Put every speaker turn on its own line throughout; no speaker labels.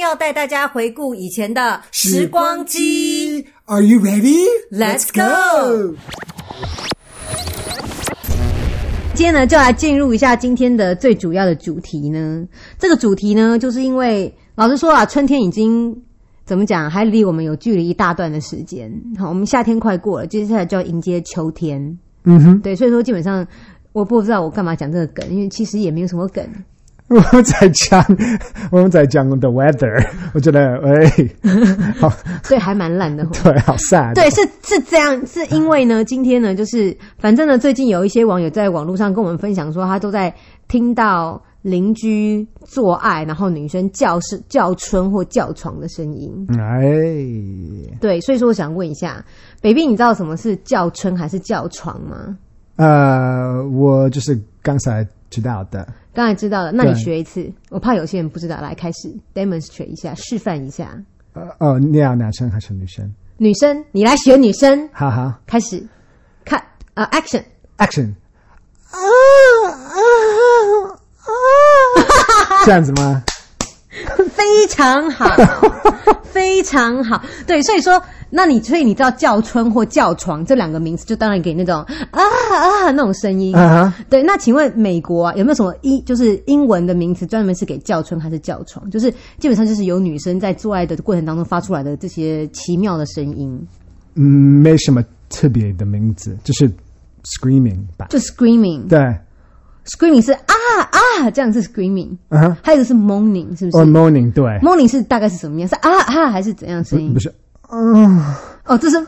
要带大家回顾以前的时光机。
Are you ready?
Let's go！今天呢，就来进入一下今天的最主要的主题呢。这个主题呢，就是因为老实说啊，春天已经怎么讲，还离我们有距离一大段的时间。好，我们夏天快过了，接下来就要迎接秋天。
嗯哼，
对，所以说基本上我不知道我干嘛讲这个梗，因为其实也没有什么梗。
我们在讲我们在讲 the weather，我觉得哎，好
所以还蛮烂的吼。
对，好 sad。
对，是是这样，是因为呢，今天呢，就是反正呢，最近有一些网友在网络上跟我们分享说，他都在听到邻居做爱，然后女生叫是叫春或叫床的声音。
哎，
对，所以说我想问一下，baby，你知道什么是叫春还是叫床吗？
呃，我就是刚才知道的。
刚才知道了，那你
对
学一次，我怕有些人不知道，来开始 demonstrate 一下，示范一下。
呃哦，你要男生还是女生？
女生，你来学女生，
哈哈
开始，看，呃，action。
，action！这样子吗？
非常 好，非常好。对，所以说，那你所以你知道“叫春”或“叫床”这两个名词，就当然给那种啊啊那种声音。
啊哈，
对，那请问美国啊有没有什么英就是英文的名词专门是给叫春还是叫床？就是基本上就是由女生在做爱的过程当中发出来的这些奇妙的声音，
嗯，没什么特别的名字，就是 screaming 吧。
就 screaming，screaming
对，
是啊啊这样是 screaming，
嗯哼，
还有一个是 moaning，是不
哦
是、
morning，对，
moaning 是大概是什么样？是啊啊还是怎样的声音
不？是，嗯
哦，这是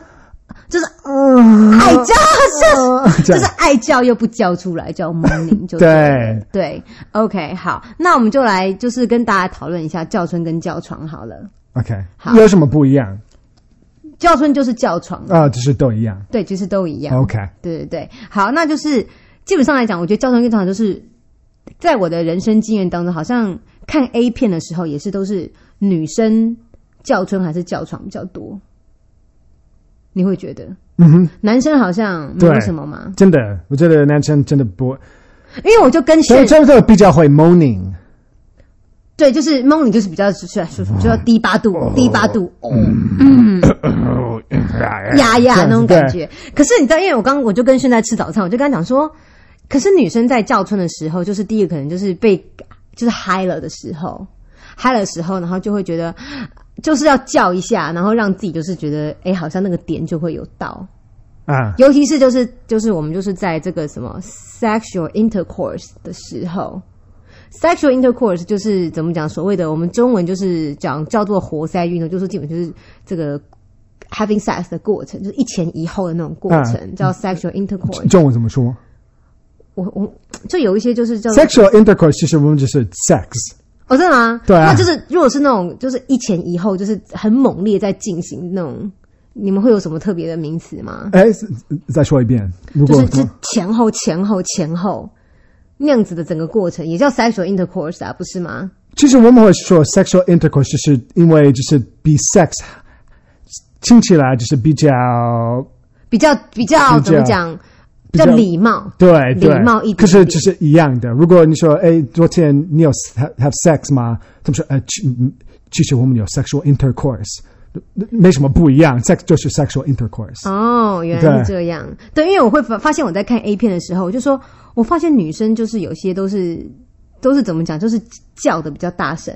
这是
嗯，
矮叫，是
呃
就
这
是
样，
爱叫又不叫出来，叫 morning 就对
对，
对，OK，好，那我们就来就是跟大家讨论一下叫春跟叫床好了。
OK，
好
有什么不一样
叫春就是叫床，
啊？就是都一样。
对，就是都一样。
OK，
对对对，好，那就是基本上来讲，我觉得叫春跟叫床就是在我的人生经验当中，好像看 A 片的时候也是都是女生叫春还是叫床比较多，你会觉得
嗯哼，
男生好像没有
对
什么嘛？
真的，我觉得男生真的不，
因为我就跟
所
学
以这个比较会 moaning。
对，就是梦里就是比较舒舒服，就要低八度，低八度，哦，呀呀
嗯这样子
那种感觉。可是你知道，因为我刚我就跟炫在吃早餐，我就跟他讲说，可是女生在叫春的时候，就是第一个可能就是被就是嗨了的时候，嗨了的时候，然后就会觉得就是要叫一下，然后让自己就是觉得哎，好像那个点就会有到。
啊，
尤其是就是就是我们就是在这个什么 sexual intercourse 的时候，sexual intercourse 就是怎么讲？所谓的我们中文就是讲叫做活塞运动，就是基本就是这个 having sex 的过程，就是一前一后的那种过程，
啊
叫 sexual intercourse。
中文怎么说
我我就有一些就是叫做
？Sexual intercourse 其实我们就是 sex，
哦，真的吗？
对啊
那就是如果是那种就是一前一后，就是很猛烈在进行那种，你们会有什么特别的名词吗？
哎，是再说一遍，如
就
果
是这前后前后前后那样子的整个过程，也叫 sexual intercourse 啊，不是吗？
其实我们会说 sexual intercourse，就是因为就是比 sex 听起来就是比较
比较比较
比较
怎么讲？比
较
较礼貌，
对对
礼貌一点点
可是就是一样的。如果你说哎，昨天你有 have have sex 吗？他们说哎，其其实我们有 sexual intercourse，没什么不一样，sex 就是 sexual intercourse。
哦，原来是这样。对，因为我会发发现我在看 A 片的时候，我就说我发现女生就是有些都是都是怎么讲，就是叫的比较大声。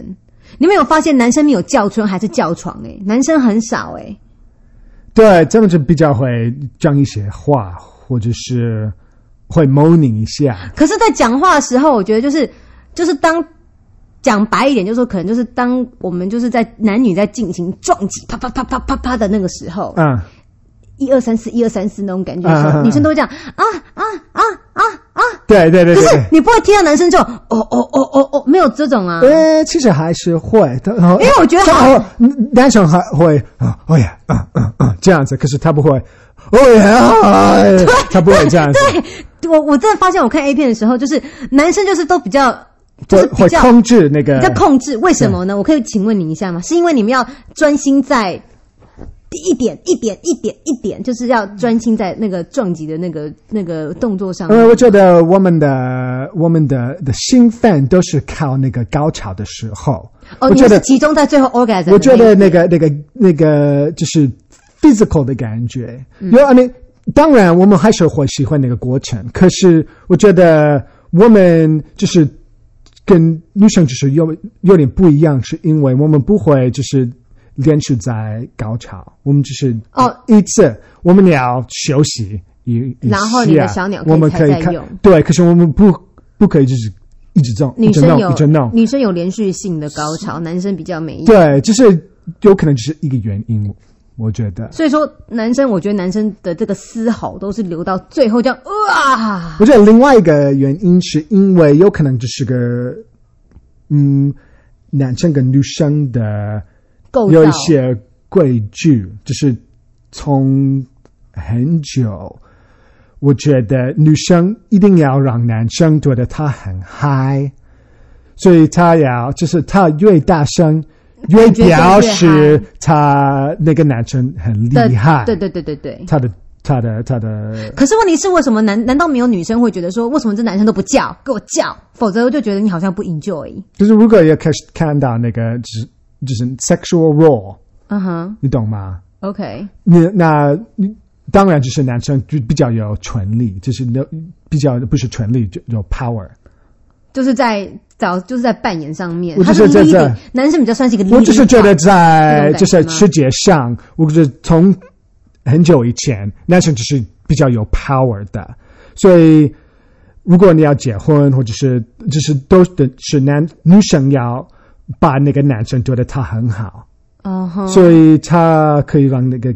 你们有发现男生没有叫春还是叫床、欸？男生很少哎、欸
对，这样就比较会讲一些话，或者是会 moaning 一下。
可是，在讲话的时候，我觉得就是就是当讲白一点，就是说可能就是当我们就是在男女在进行撞击，啪啪啪啪啪啪的那个时候，
嗯，
一二三四，一二三四那种感觉的时
嗯嗯
候，
嗯
女生都会这样啊啊啊啊啊！
对对对
可
对
是
对。
你不会听到男生就哦哦哦哦哦，没有这种啊。
呃，其实还是会，因
因为我觉得
然后男生还会啊，哦耶，嗯嗯嗯，这样子，可是他不会，哦耶，啊哎他不会这样子，
对，我我真的发现，我看 A 片的时候，就是男生就是都比较就是
会
比
会
较
控制那个
比较控制，为什么呢？我可以请问你一下吗？是因为你们要专心在一点一点一点一点，就是要专心在那个撞击的那个那个动作上面。
呃，我觉得我们的我们的的兴奋都是靠那个高潮的时候。
哦，
我
你
觉
们是
得
集中在最后 orgasm 的那一点。
我觉得那个那个那个就是 physical 的感觉，
嗯
因为 I mean，当然我们还是会喜欢那个过程，可是我觉得我们就是跟女生就是有有点不一样，是因为我们不会就是连续在高潮，我们就是
哦
一次我们要休息一一
然后你的
下
小鸟可以
我们
才
可以
在
看
用
对，可是我们不不可以就是一直弄，一
女
直
生有
弄，一直弄，
女生有连续性的高潮，男生比较没有。
对，就是有可能只是一个原因，我觉得。
所以说，男生我觉得男生的这个嘶吼都是留到最后这样呃啊哇，
我觉得另外一个原因是因为有可能就是个，嗯，男生跟女生的
构造
有一些规矩，就是从很久，我觉得女生一定要让男生觉得他很嗨，所以他要就是他越大声。越
感觉就越
表示
嗨
他那个男生很
的
厉害，
对对对对对。
他的他的他的，
可是问题是，为什么难难道没有女生会觉得说，为什么这男生都不叫，给我叫？否则我就觉得你好像不 enjoy。
就是如果要开始看到那个就是就是 sexual role，
嗯哼
你懂吗？
，OK，
你那你当然就是男生就比较有权利，就是有比较不是权利，就有 power。
就是在找就是在扮演上面，
我就
他
是
是
在
leading，
这
男生比较算是一个 leading，
我就是觉得
part
在
这种感觉
就是
吗
世界上，我觉得从很久以前，男生就是比较有 power 的，所以如果你要结婚，或者是就是都是是男女生要把那个男生觉得他很好，
哦哼
所以他可以让那个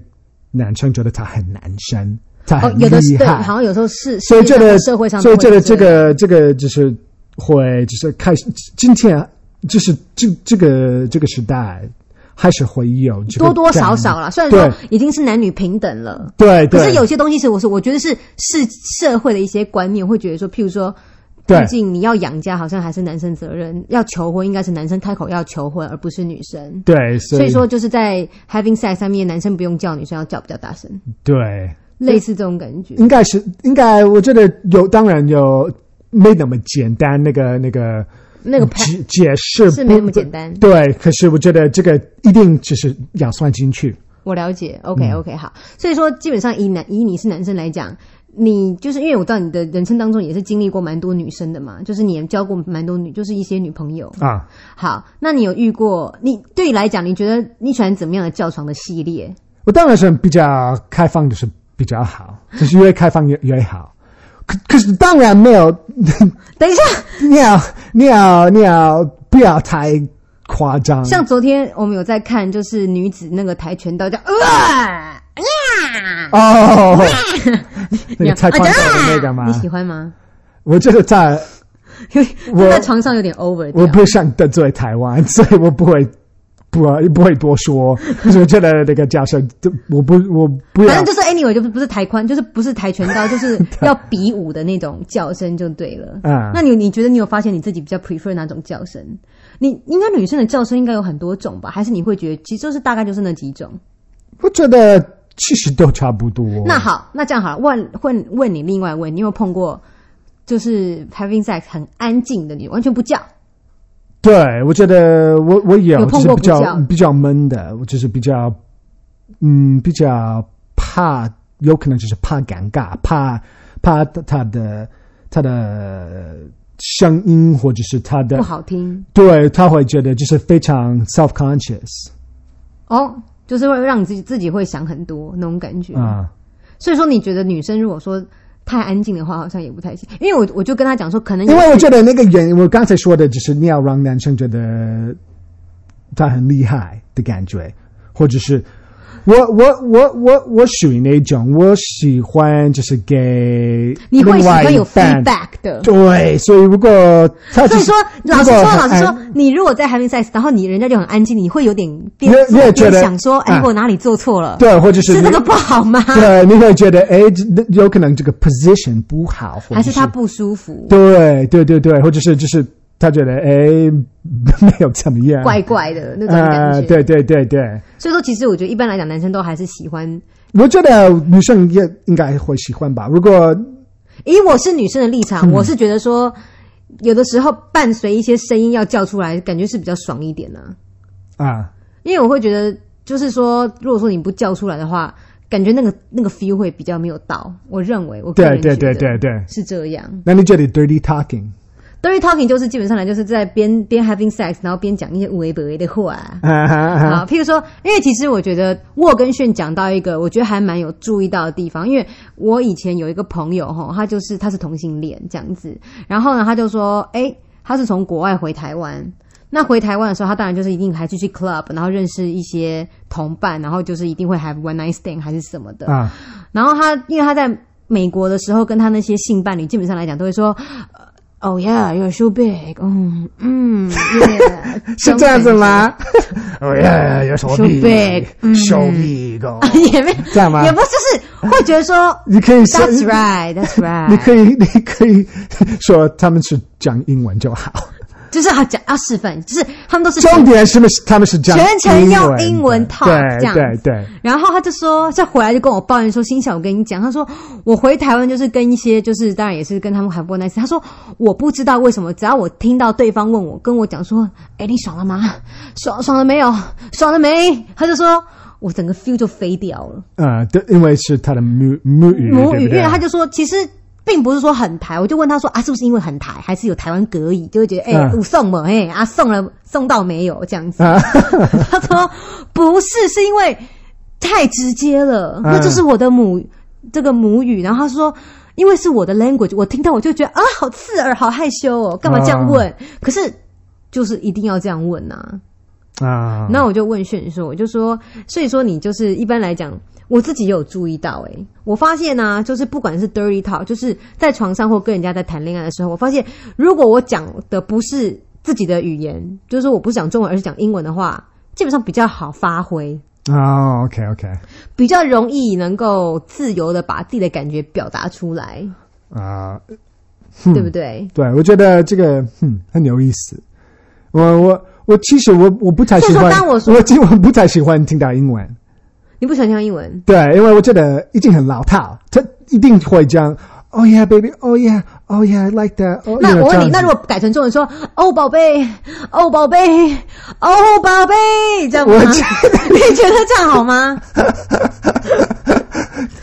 男生觉得他很男生，他
哦
很，
有的是
厉
对，
害。
好像有时候是，
所以
世界上
这个
和社会上都
所
会
以
有这
这个这个这个就是会就是开始今天就是这这个这个时代还是会有这个
多多少
这样
少
的
啦，虽然说
对
已经是男女平等了，
对对，
可是有些东西是我是我觉得是是社会的一些观念，会觉得说，譬如说。
对
毕竟你要养家，好像还是男生责任。要求婚，应该是男生开口要求婚，而不是女生。
对，
所
所
以说，就是在 having sex 上面，男生不用叫，女生要叫比较大声，
嗯对，
类似这种感觉。
应该是应该我觉得有当然有没那么简单那个那个
那个 pa-
解解释
是没那么
不
简单
对，可是我觉得这个一定就是要算进去，
我了解，OK OK，好。所以说，基本上以男以你是男生来讲，你就是因为我知道你的人生当中也是经历过蛮多女生的嘛，就是你也交过蛮多女，就是一些女朋友。
啊。
好，那你有遇过？你对你来讲，你觉得你喜欢怎么样的教床的系列？
我当然是比较开放，就是比较好，就是越开放越越好。可可是当然没有，
等一下，
你要你要你要不要太夸张？
嗯像昨天我们有在看，就是女子那个跆拳道
嗯
叫啊呀，
哦，那个太夸张的那个
你
嘛，
喜欢吗？
我觉得在 我
那在床上有点 over
我
掉。
不想得罪台湾，所以我不会不不会多说。可是我觉得那个教授，我不我不
反
要
正就是 anyway，就是不是跆宽，就是不是跆拳道，就是要比武的那种叫声就对了。
嗯
那你你觉得你有发现你自己比较 prefer 哪种叫声？你应该女生的叫声应该有很多种吧？还是你会觉得其实就是大概就是那几种？
我觉得其实都差不多。
那好，那这样好了，问问问你另外问，你有没有碰过就是 having sex 很安静的你完全不叫？
对，我觉得我我
有
有，就
碰
是
过
比
比
较
较
比较闷的，我就是比较，嗯，比较怕，有可能就是怕尴尬，怕怕他的他的声音或者是他的
不，好听
对他会觉得就是非常 self conscious
哦，就是会让你自己自己会想很多那种感觉。
啊、
所以说，你觉得女生如果说太安静的话，好像也不太行。因为我我就跟他讲说，可能有
因为我觉得那个原因，我刚才说的就是你要让男生觉得他很厉害的感觉，或者是我我我我我属于那种我喜欢就是给
你会
另
喜
外
欢
一
有
半
feedback 的。
对，所以如果他、就
所以
是、
说，老实
如
说，
果
老实说
哎，
你如果在 having sex，然后你人家就很安静，你会有点边
你
做
也觉
边
得
想说，哎
啊，
我哪里做错了？
对，或者是
是这
你
个不好吗？
对，你会觉得哎，这有可能这个 position 不好，或者
还是他不舒服？
对对对对，或者是就是他觉得哎 没有怎么样，
怪怪的那种感
啊
觉。，
嗯对对对对，
所以说其实我觉得一般来讲，男生都还是喜欢。
我觉得女生也应该会喜欢吧。如果
以我是女生的立场，我是觉得说，有的时候伴随一些声音要叫出来，感觉是比较爽一点呢、
啊，
因为我会觉得，就是说，如果说你不叫出来的话，感觉那个那个 feel 会比较没有到。我认为，我个
对
人
对
觉
对
得
对对，
是这样。
那你觉得 dirty talking
dirty talking 就是基本上来就是在边边 having sex，然后边讲一些无为不为的话。
啊哈啊哈
啊，譬如说，因为其实我觉得沃根炫讲到一个我觉得还蛮有注意到的地方，因为我以前有一个朋友哈，他就是他是同性恋这样子，然后呢他就说，哎、他是从国外回台湾。那回台湾的时候，他当然就是一定还是去 club，然后认识一些同伴，然后就是一定会 have one night stand 还是什么的。
啊
然后他因为他在美国的时候，跟他那些性伴侣基本上来讲都会说。呃 Oh yeah, you're so big. 嗯嗯，yeah，
是这样子吗？ 哎呀，有手
手
臂
臂嗯，
手 臂狗，
这种感觉？也没
这样吗
也不是，就是会觉得说
你可以说，
，That's right, That's right，
你可以，你可以 说他们是讲英文就 好。
就是要讲要示范，就是他们都是
重点是不是他们是讲
全程要
英
英文 talk，这
对
样
对对，
然后他就说，再回来就跟我抱怨说，心想我跟你讲，他说我回台湾就是跟一些就是当然也是跟他们还不那次，他说我不知道为什么，只要我听到对方问我跟我讲说，哎，你爽了吗？爽爽了没有？爽了没？他就说我整个 feel 就飞掉了。
呃，对，因为是他的母母语，
母
对
语，
不
因
对
为他就说其实。并不是说很台，我就问他说啊，是不是因为很台，还是有台湾隔语，就会觉得哎，
嗯
我、送嘛，哎啊送了送到没有这样子。
啊，
他说不是，是因为太直接了，
啊
那就是我的母这个母语。然后他说，因为是我的 language，我听到我就觉得啊，好刺耳，好害羞哦，干嘛这样问？可是就是一定要这样问呐、
啊，
那我就问炫说，我就说，所以说你就是一般来讲，我自己也有注意到、欸，我发现呢、就是不管是 dirty talk，就是在床上或跟人家在谈恋爱的时候，我发现如果我讲的不是自己的语言，就是说我不是讲中文，而是讲英文的话，基本上比较好发挥，
哦，OK OK，
比较容易能够自由的把自己的感觉表达出来，
啊，
对不对？
对，我觉得这个嗯很有意思。我我我其实我我不太喜
所以
欢
说，当我说
其实我不太喜欢听到英文，
你不喜欢听英文，
对，因为我觉得已经很老套，他一定会讲 Oh yeah, baby, Oh yeah, Oh yeah, I like that. Oh,
那
yeah，
我问你，
这样子
那如果改成中文说“哦，宝贝，哦，宝贝，哦，宝 贝”，这样吗？
我
你
觉
觉得这样好 吗？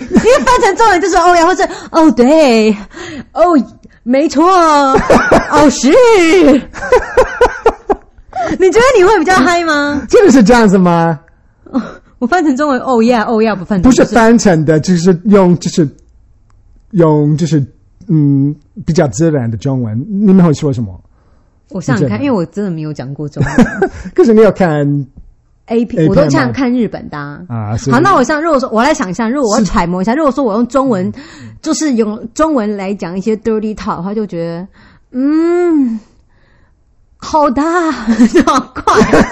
因为翻成中文就是“哦呀”或是“哦对”，“哦没错”，“哦 是”，你觉得你会比较嗨吗？
真的是这样子吗？
嗯我翻成中文“哦呀，哦呀”不翻成
不是翻成的，就是用就是用就是嗯比较自然的中文。你们会说什么？
我想想看，因为我真的没有讲过中文
可是你有看
A P，
A
我都
片吗
像看日本的、啊。
啊？所以
好，那我想，如果说我来想一下，如果我要揣摩一下，如果说我用中文，
嗯
就是用中文来讲一些 dirty talk 的话，就觉得，嗯，好 大，好 快，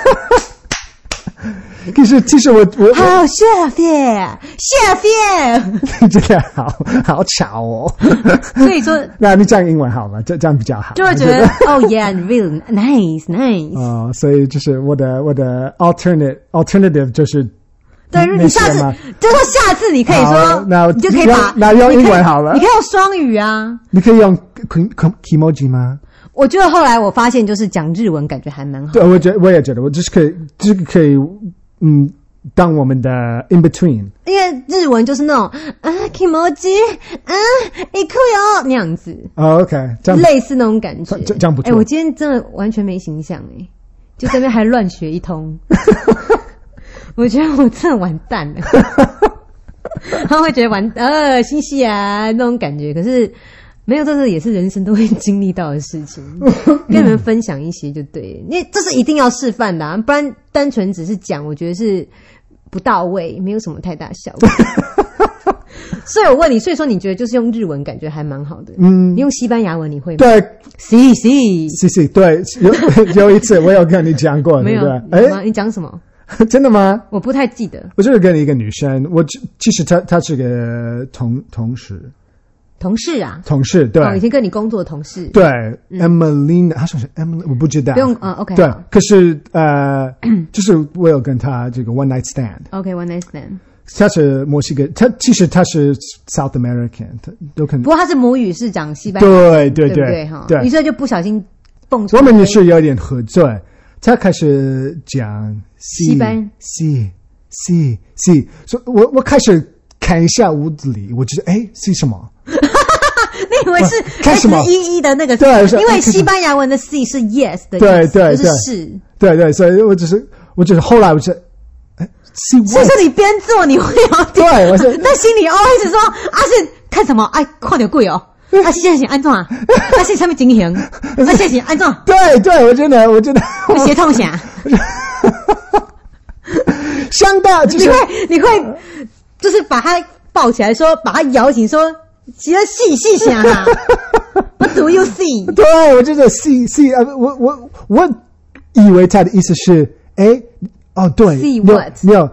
可是其实我我我
好谢谢，谢谢。
真的好好巧哦。
所以说，
那你讲英文好吗？这这样比较好。
就会觉 得，Oh yeah，really nice nice。
啊、所以就是我的我的 alternate alternative 就是
对，如果你下次
没事吗
就说下次你可以
好
说，
那我
你就可以把
那那用
你可以
英文好了
你可以用双语啊。
你可以用 k k emoji 吗？
我觉得后来我发现，就是讲日文感觉还蛮好。
对，我觉我也觉得，我就是可以，这个可以，嗯，当我们的 in between
因为日文就是那种啊 k i m o j i 啊 i k u y 那样子，
哦、OK，这样
类似那种感觉
这这。这样不错
哎、我今天真的完全没形象哎、就这边还乱学一 通，我觉得我真的完蛋 了。他会觉得完呃星星啊那种感觉，可是没有，这是也是人生都会经历到的事 情，跟你们分享一些就对了，因为这是一定要示范的、啊，不然单纯只是讲，我觉得是不到位，没有什么太大效 果。所以我问你，所以说你觉得就是用日文感觉还蛮好的，嗯，你用西班牙文你会吗
对
？C C
，C C 对，有 有一次我有跟你讲过，
没
对
有
不
有吗？
对？
你讲什么？
哎， 真的吗？
我不太记得
我就是跟一个女生，我其其实她她是个同同事，
同事啊，
同事对、
哦，以前跟你工作的同事，
对、e m i l i n a 她说是 Emily，我不知道，
嗯不用啊，OK，
对
好，
可是呃， 就是我有跟她这个 one night stand，
，OK，one night stand。
她是墨西哥，她其实她是 South American，她都可能
不过他是母语是讲西班牙，
对对
不对哈？于
对，
是就不小心蹦出
我
了
们 也是有点喝醉，她开始讲西
西班
西西西，所以我我开始看一下屋子里，我觉得哎西什么。
你以为 是
看什么
S 一一的那个字？
对是
因为西班牙文的 C 是 yes 的意思，
对对
就是
对
是。
对对，所以我只是，我只是后来我就，哎，see
所以
what？
说你边做你会有点，
对，我 是
但心里 always 说啊是看什么？哎，看点贵哦。啊，现在是安怎啊？啊，是什么情形？啊，现在是安怎？
对对，我真的，我 真的，
我协同侠，
相当 就
你
是
会你会就是把他抱起来说，把他摇醒说，其实细细想 啊，What do you see？
对我真的 see see 啊，我我我以为他的意思是，哎，哦对
See
你有
what？
你有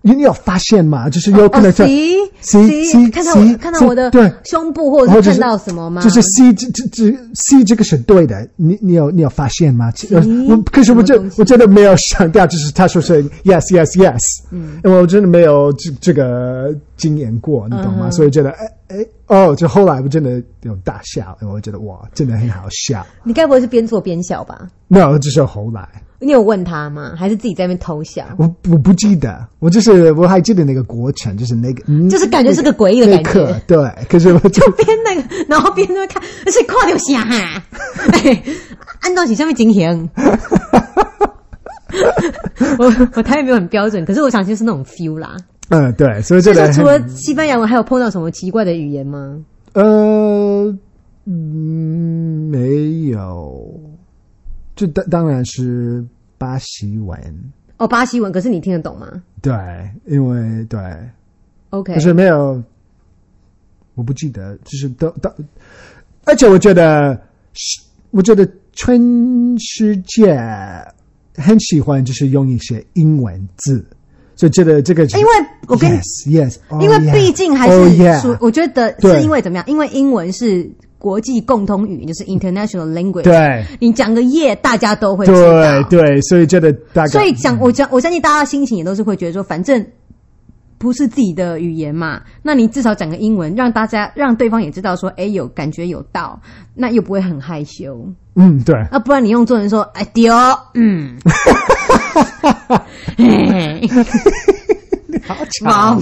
你你有发现吗？就是有可
哦
能是。
，see
see- see-
看到我
see-
看到我的
see- 对
胸部，或者
然后
是
就是
看到什么吗？
就是 C 这这这 C 这个是对的，你你有你有发现吗？呃我可是
什
我
么
真
东西
我真的没有想到，就是他说是 yes yes yes，嗯，因为我真的没有这这个经验过，你懂
嗯
吗？
哼
所以觉得哎哎哦，就后来我真的有大笑，因为我觉得哇，真的很好笑。
你该不会是边做边笑吧？
没有，就是后来
你有问他吗？还是自己在那边偷 笑？
我我不记得，我就是我还记得那个过程，就是那个嗯，
就是感觉是个诡异的
那
感
一刻
觉，
对，可是我就
就边那个，然后边在那边看，而且跨掉下哈，哎按照你下面进 行。我我台语没有很标准，可是我想就是那种 feel 啦。
嗯对，所以
就
这
是说
个
除了西班牙文，还有碰到什么奇怪的语言吗？
呃，嗯，没有，这当当然是巴西文，
哦，巴西文，可是你听得懂吗
对，因为对，
？OK，
可是没有，我不记得，就是都都，而且我觉得是，我觉得全世界很喜欢就是用一些英文字，所以觉得这个就是
因为我跟你
yes, yes, oh
因为
yeah,
毕竟还是
oh
属
yeah
我觉得是
对
因为怎么样？因为英文是国际共通语，就是 international language。，
对
你讲个耶，大家都会知道
对。对，所以觉得大概
所以讲，我讲，我相信大家心情也都是会觉得说，反正不是自己的语言嘛，那你至少讲个英文，让大家让对方也知道说，哎，有感觉有到，那又不会很害羞。
嗯对。
啊，不然你用中文说，哎丢，嗯，哎
好
猫，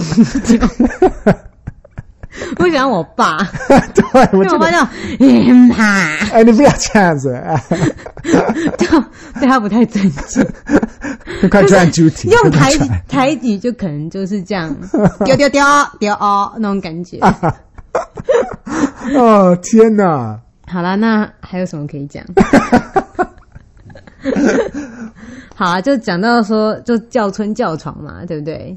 我想我爸，
对，哎我
因为
真
我爸
的，
叫嗯哈，
哎，你不要这样 子，哎
就对他不太尊敬。
快转主题，
用台
快
语
转
台语就可能就是这样，丢丢丢丢哦那种感觉。
哦，天哪！
好啦，那还有什么可以讲？好啊，就讲到说，就叫春叫床嘛，对不对？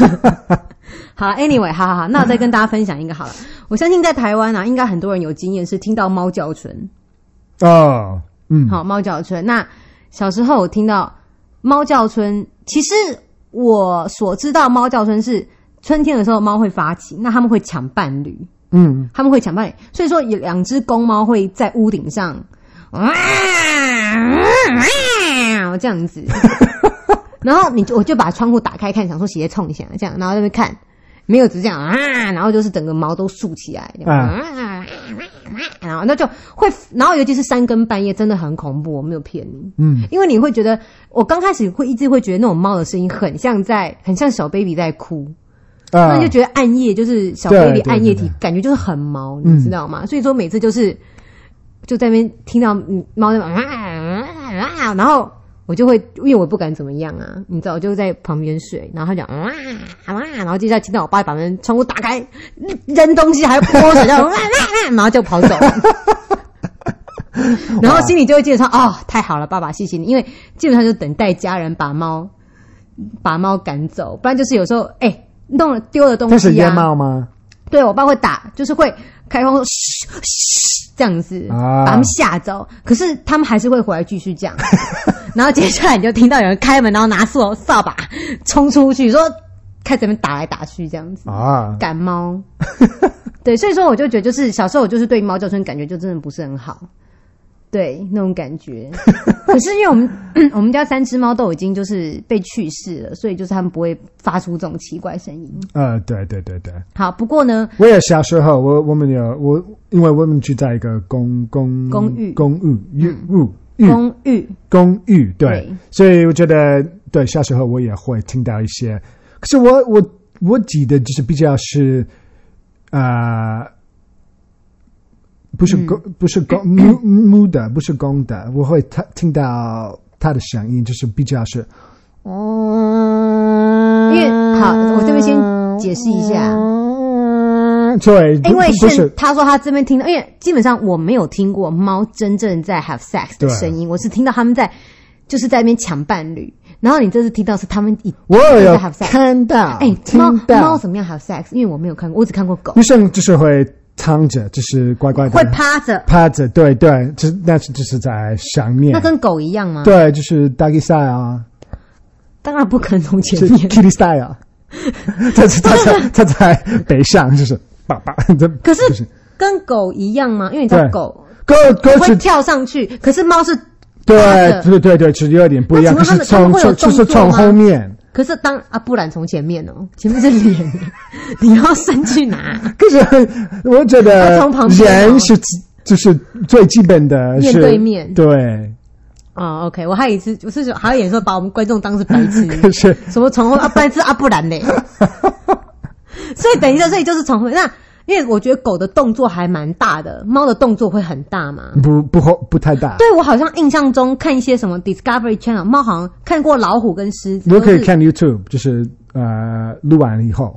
好，anyway，好好好，那我再跟大家分享一个好了。我相信在台湾啊，应该很多人有经验是听到猫叫春，
哦，嗯，
好，猫叫春。那小时候我听到猫叫春，其实我所知道猫叫春是春天的时候猫会发情，那它们会抢伴侣。
嗯，
他们会抢伴侣，所以说有两只公猫会在屋顶上， 啊啊这样 子，然后你就我就把窗户打开看，想说鞋冲一下这样，然后在那边看，没有只是这样啊，然后就是整个毛都竖起来，
嗯
这样啊，然后那就会，然后尤其是三更半夜真的很恐怖，我没有骗你，
嗯，
因为你会觉得我刚开始会一直会觉得那种猫的声音很像在很像小 baby 在哭，
啊
那就觉得暗夜就是小
对
baby
对
暗夜
对
体
对，
感觉就是很毛，
嗯
你知道吗？所以说每次就是就在那边听到嗯猫在那边啊啊啊啊，然后我就会因为我不敢怎么样啊，你知道，我就在旁边睡，然后他讲啊啊，啊然后接下来听到我爸把门窗户打开，扔东西还泼水，这样啊啊啊，然后就跑走。然后心里就会记得说：“哦，太好了，爸爸，谢谢你。”因为基本上就等待家人把猫把猫赶走，不然就是有时候哎、弄了丢了东
它是
西
夜
啊，
猫吗？
对我爸会打，就是会开窗说嘘嘘这样子，
啊
把他们吓走。可是他们还是会回来继续 这样。然后接下来你就听到有人开门，然后拿扫扫把冲出去说。开始在那边打来打去这样子，
啊，
赶猫。 对，所以说我就觉得，就是小时候我就是对猫叫声感觉就真的不是很好，对那种感 觉。可是因为我们 我们家三只猫都已经就是被去世了，所以就是它们不会发出这种奇怪声音。
呃，对对对对，
好，不过呢，
我也小时候，我我们有我，因为我们住在一个公公
公寓嗯
公寓寓屋寓
公寓
公寓，对
对，
所以我觉得对小时候我也会听到一些，可是我我我记得就是比较是，啊、不
嗯
是公、不是公母母的，不是公的，我会听听到它的声音，就是比较是，
因为好，我这边先解释一下，
对，不
因为
不
现
是
他说他这边听到，因为基本上我没有听过猫真正在 have sex 的
对
声音，我是听到他们在就是在那边抢伴侣，然后你这次听到是他们一
我
在
有
have sex。
看到，
哎、
听
猫猫
到，
怎么样 have sex？因为我没有看过，我只看过狗
女生就是会躺着，就是乖乖的
会趴着，
趴着，对对，这那是就是在上面
那。跟狗一样吗？
对，就是大 a 赛啊，
当然不可能从前
是
面。
Kitty 赛啊， 他他在他在北上，就是爸爸，这
可是
就是
跟狗一样吗？因为你知道
对
狗
狗狗
会
是，
跳上去，可是猫是，
对
着
对对对，是有点不一样，
那
可
请问
是
他们
从
他们会有
从就是
动作
从
吗
后面，
可是当啊，不然从前面哦，前面是脸，你要伸去哪？
可是我觉得
他从旁边哦
人是就是最基本的
面
是
对面
对，
哦，OK，我还以为是，我是说还有演说把我们观众当是白痴，
可是
什么从后啊，白痴啊，不 然嘞。所以等一下，所以就是从后那，因为我觉得狗的动作还蛮大的，猫的动作会很大嘛。
不不好不太大。
对我好像印象中看一些什么 Discovery Channel，猫好像看过老虎跟狮子，
我可以
都是
看 YouTube，就是呃录完以后，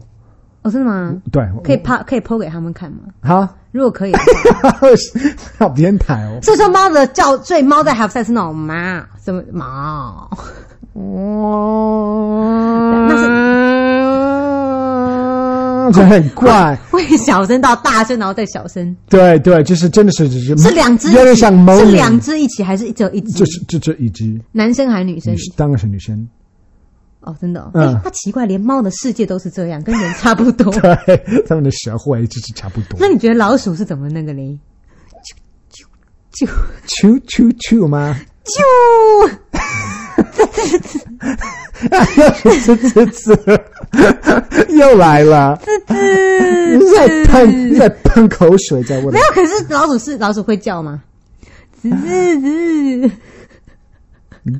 哦，真的吗？
对，
可以拍，可以剖给他们看吗？
好，
如果可以的话，
好变态哦。
所以说猫的叫，所以猫在 have sex 是那种嘛，什么 毛，那是
那是很怪，
会小声到大声，然后再小声，
对对，就是真的是就是
是两只一起，
有点嗯像猫
是
脸
两，只一起还是只有一只？
就是就这一只，
男生还是女生
女？当然是女生，
哦，真的、哦，哎、
嗯
那奇怪，连猫的世界都是这样，跟人差不多。
对，他们的社会就是差不多
那，你觉得老鼠是怎么那个嘞？啾啾啾。
啾啾啾吗？
啾
这这这又来了，你在喷你在喷口水在我的
没有，可是老鼠是老鼠会叫吗？吱吱吱。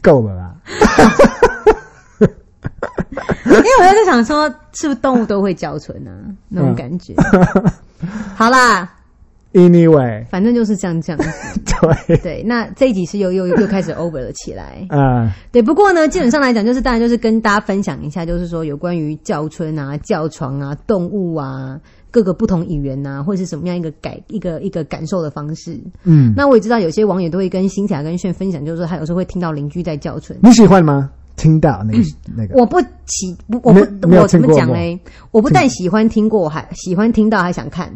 够了啦，
因为我就在想说，是不是动物都会叫春啊？那种感觉。
嗯
好啦，
，anyway，
反正就是这样这样子。
对
对，那这一集是又又又开始 over 了起来。
啊，
对，不过呢，基本上来讲，就是当然就是跟大家分享一下，就是说有关于叫春啊、叫床啊、动物啊。各个不同语言啊，或是什么样一个改一个一个感受的方式。
嗯，
那我也知道有些网友都会跟新甲跟炫分享，就是说他有时候会听到邻居在叫春。
你喜欢吗？听到那
嗯
个那个，
我不喜，不我
没
不
没有
我怎么
听过
讲
吗
嘞？我不但喜欢听过，我还喜欢听到，还想看。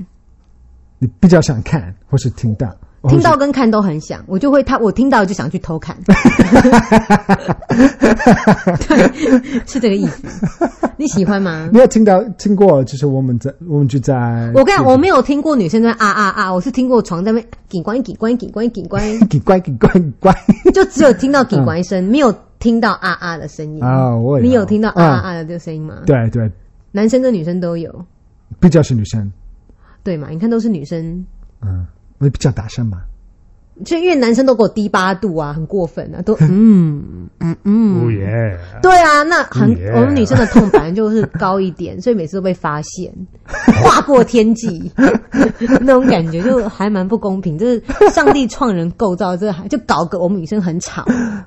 你比较想看或是听到？哦或是
听到跟看都很想，我就会他我听到就想去偷 看， 对，是这个意思。你喜欢吗？
你有听到听过？就是我们在我们就在
我跟你讲，我没有听过女生在啊啊啊，我是听过床在那边警官警官警官警官，
给乖给乖给乖
就只有听到警官声，没有听到啊啊的声音。
啊！我也
你有听到啊啊
啊？
啊的这个声音吗？
对对，
男生跟女生都有，
比较是女生，
对嘛？你看都是女生，
嗯，我比较大声嘛。
就因为男生都给我低八度啊，很过分啊，都嗯嗯嗯，
哦耶！
对啊，那很我
Yeah
们女生的痛本来就是高一点，所以每次都被发现，跨过天际，那种感觉就还蛮不公平。就是上帝创人构造，这还就搞个我们女生很吵，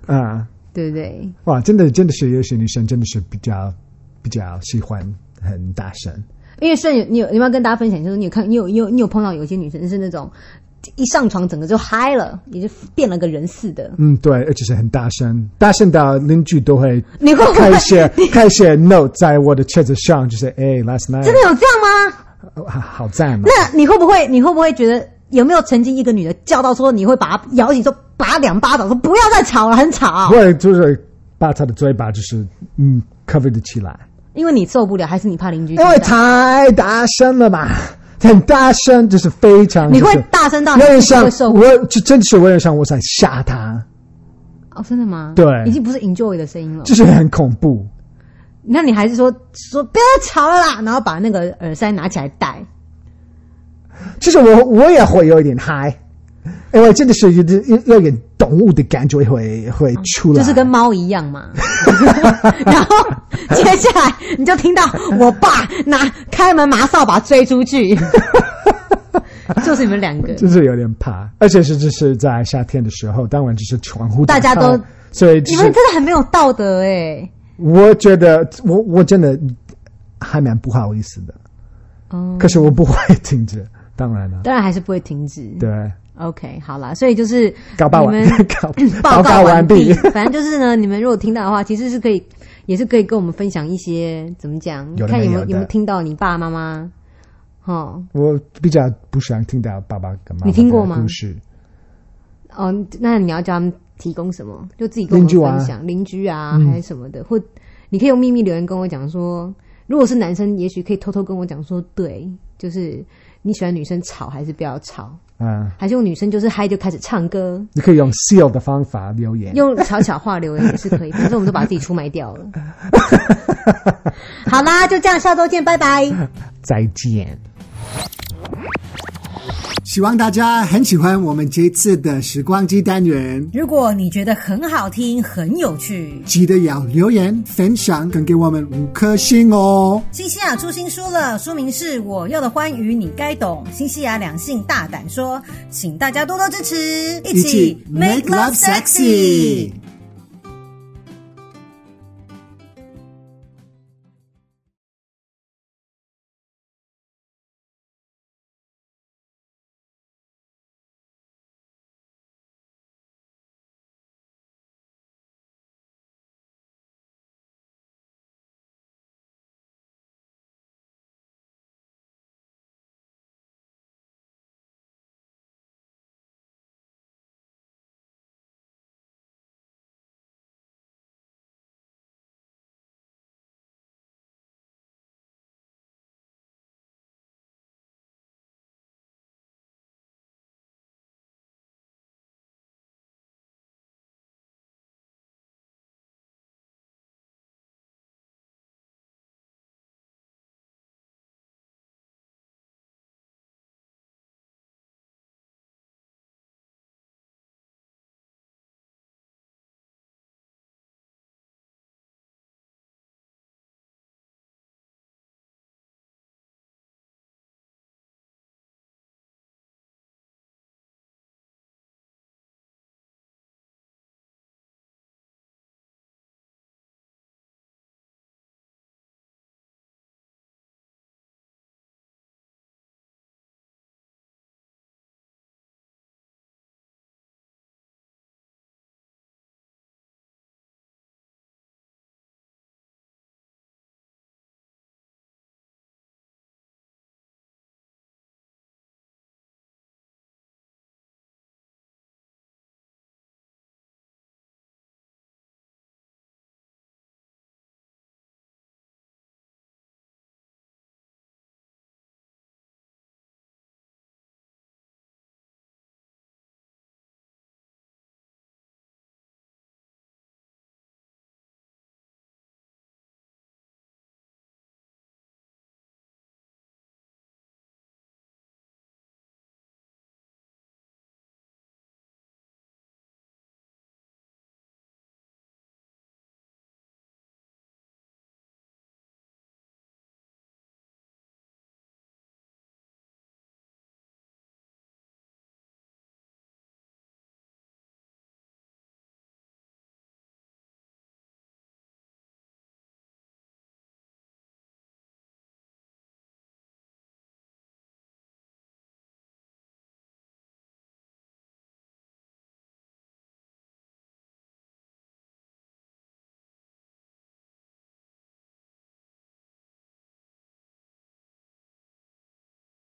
啊，
对不对？
哇，真的真的是有些女生真的是比较比较喜欢很大声。
因为顺有你有你要不要跟大家分享，就是你有看你有你有你有碰到有些女生是那种一上床整个就嗨了，也就变了个人似的，
嗯，对，而且是很大声，大声到邻居都会
你会不
开
会
一些开一些 note 在我的车子上，就是哎，last
真
night
的有这样吗？
哦好好赞嘛。
那你会不会，你会不会觉得有没有曾经一个女的叫到说你会把她摇醒，说把她两巴掌，说不要再吵了，很吵。啊
我也就是把他的嘴巴就是嗯 cover 的起来。
因为你受不了，还是你怕邻居？
因为太大声了吧，很大声，就是非常、就
你
是。
会大声到你
有点
自己
像
啊会受不了。
我，这真的是我有点像我在吓他，
哦，真的吗？
对
已经不是 enjoy 的声音了。
就是很恐怖。
那你还是说说不要再吵了啦，然后把那个耳塞拿起来戴。
其实我我也会有一点嗨，因为真的是有点有有点动物的感觉会会出来，
就是跟猫一样嘛。 然后接下来你就听到我爸拿开门拿扫把追出 去，就是你们两个。
就是有点怕，而且是就是在夏天的时候，当然就是窗 户
大家
打开
都，
所以就
你
是
们真的很没有道德哎、
我觉得我我真的还蛮不好意思的，
哦、
可是我不会停止，当然了，
当然还是不会停止。
对，
OK，好啦，所以就是
搞报完
你们
搞
报
告
告
完
毕
毕。。
反正就是呢，你们如果听到的话，其实是可以，也是可以跟我们分享一些怎么讲，
有的
看有没有
没有的
有没有听到你爸爸妈妈。哦
我比较不想听到爸爸跟妈妈
你听过吗
的故事，
哦，那你要叫他们提供什么？就自己跟我
邻居
们
啊嗯
分享，邻居啊，还是什么的，或你可以用秘密留言跟我讲说，如果是男生，也许可以偷偷跟我讲说，对，就是你喜欢女生吵还是不要吵，
嗯，
还是用女生就是嗨就开始唱歌，
你可以用 seal 的方法留言。
用悄悄话留言也是 可以，反正我们都把自己出卖掉了。 好啦，就这样，下周见，拜拜。
再见。
希望大家很喜欢我们这次的时光机单元，
如果你觉得很好听、很有趣，
记得要留言、分享，跟给我们五颗星哦。
新西亚出新书了，书名是《我要的欢愉你该懂》，新西亚两性大胆说，请大家多多支持，一
一起 make love sexy。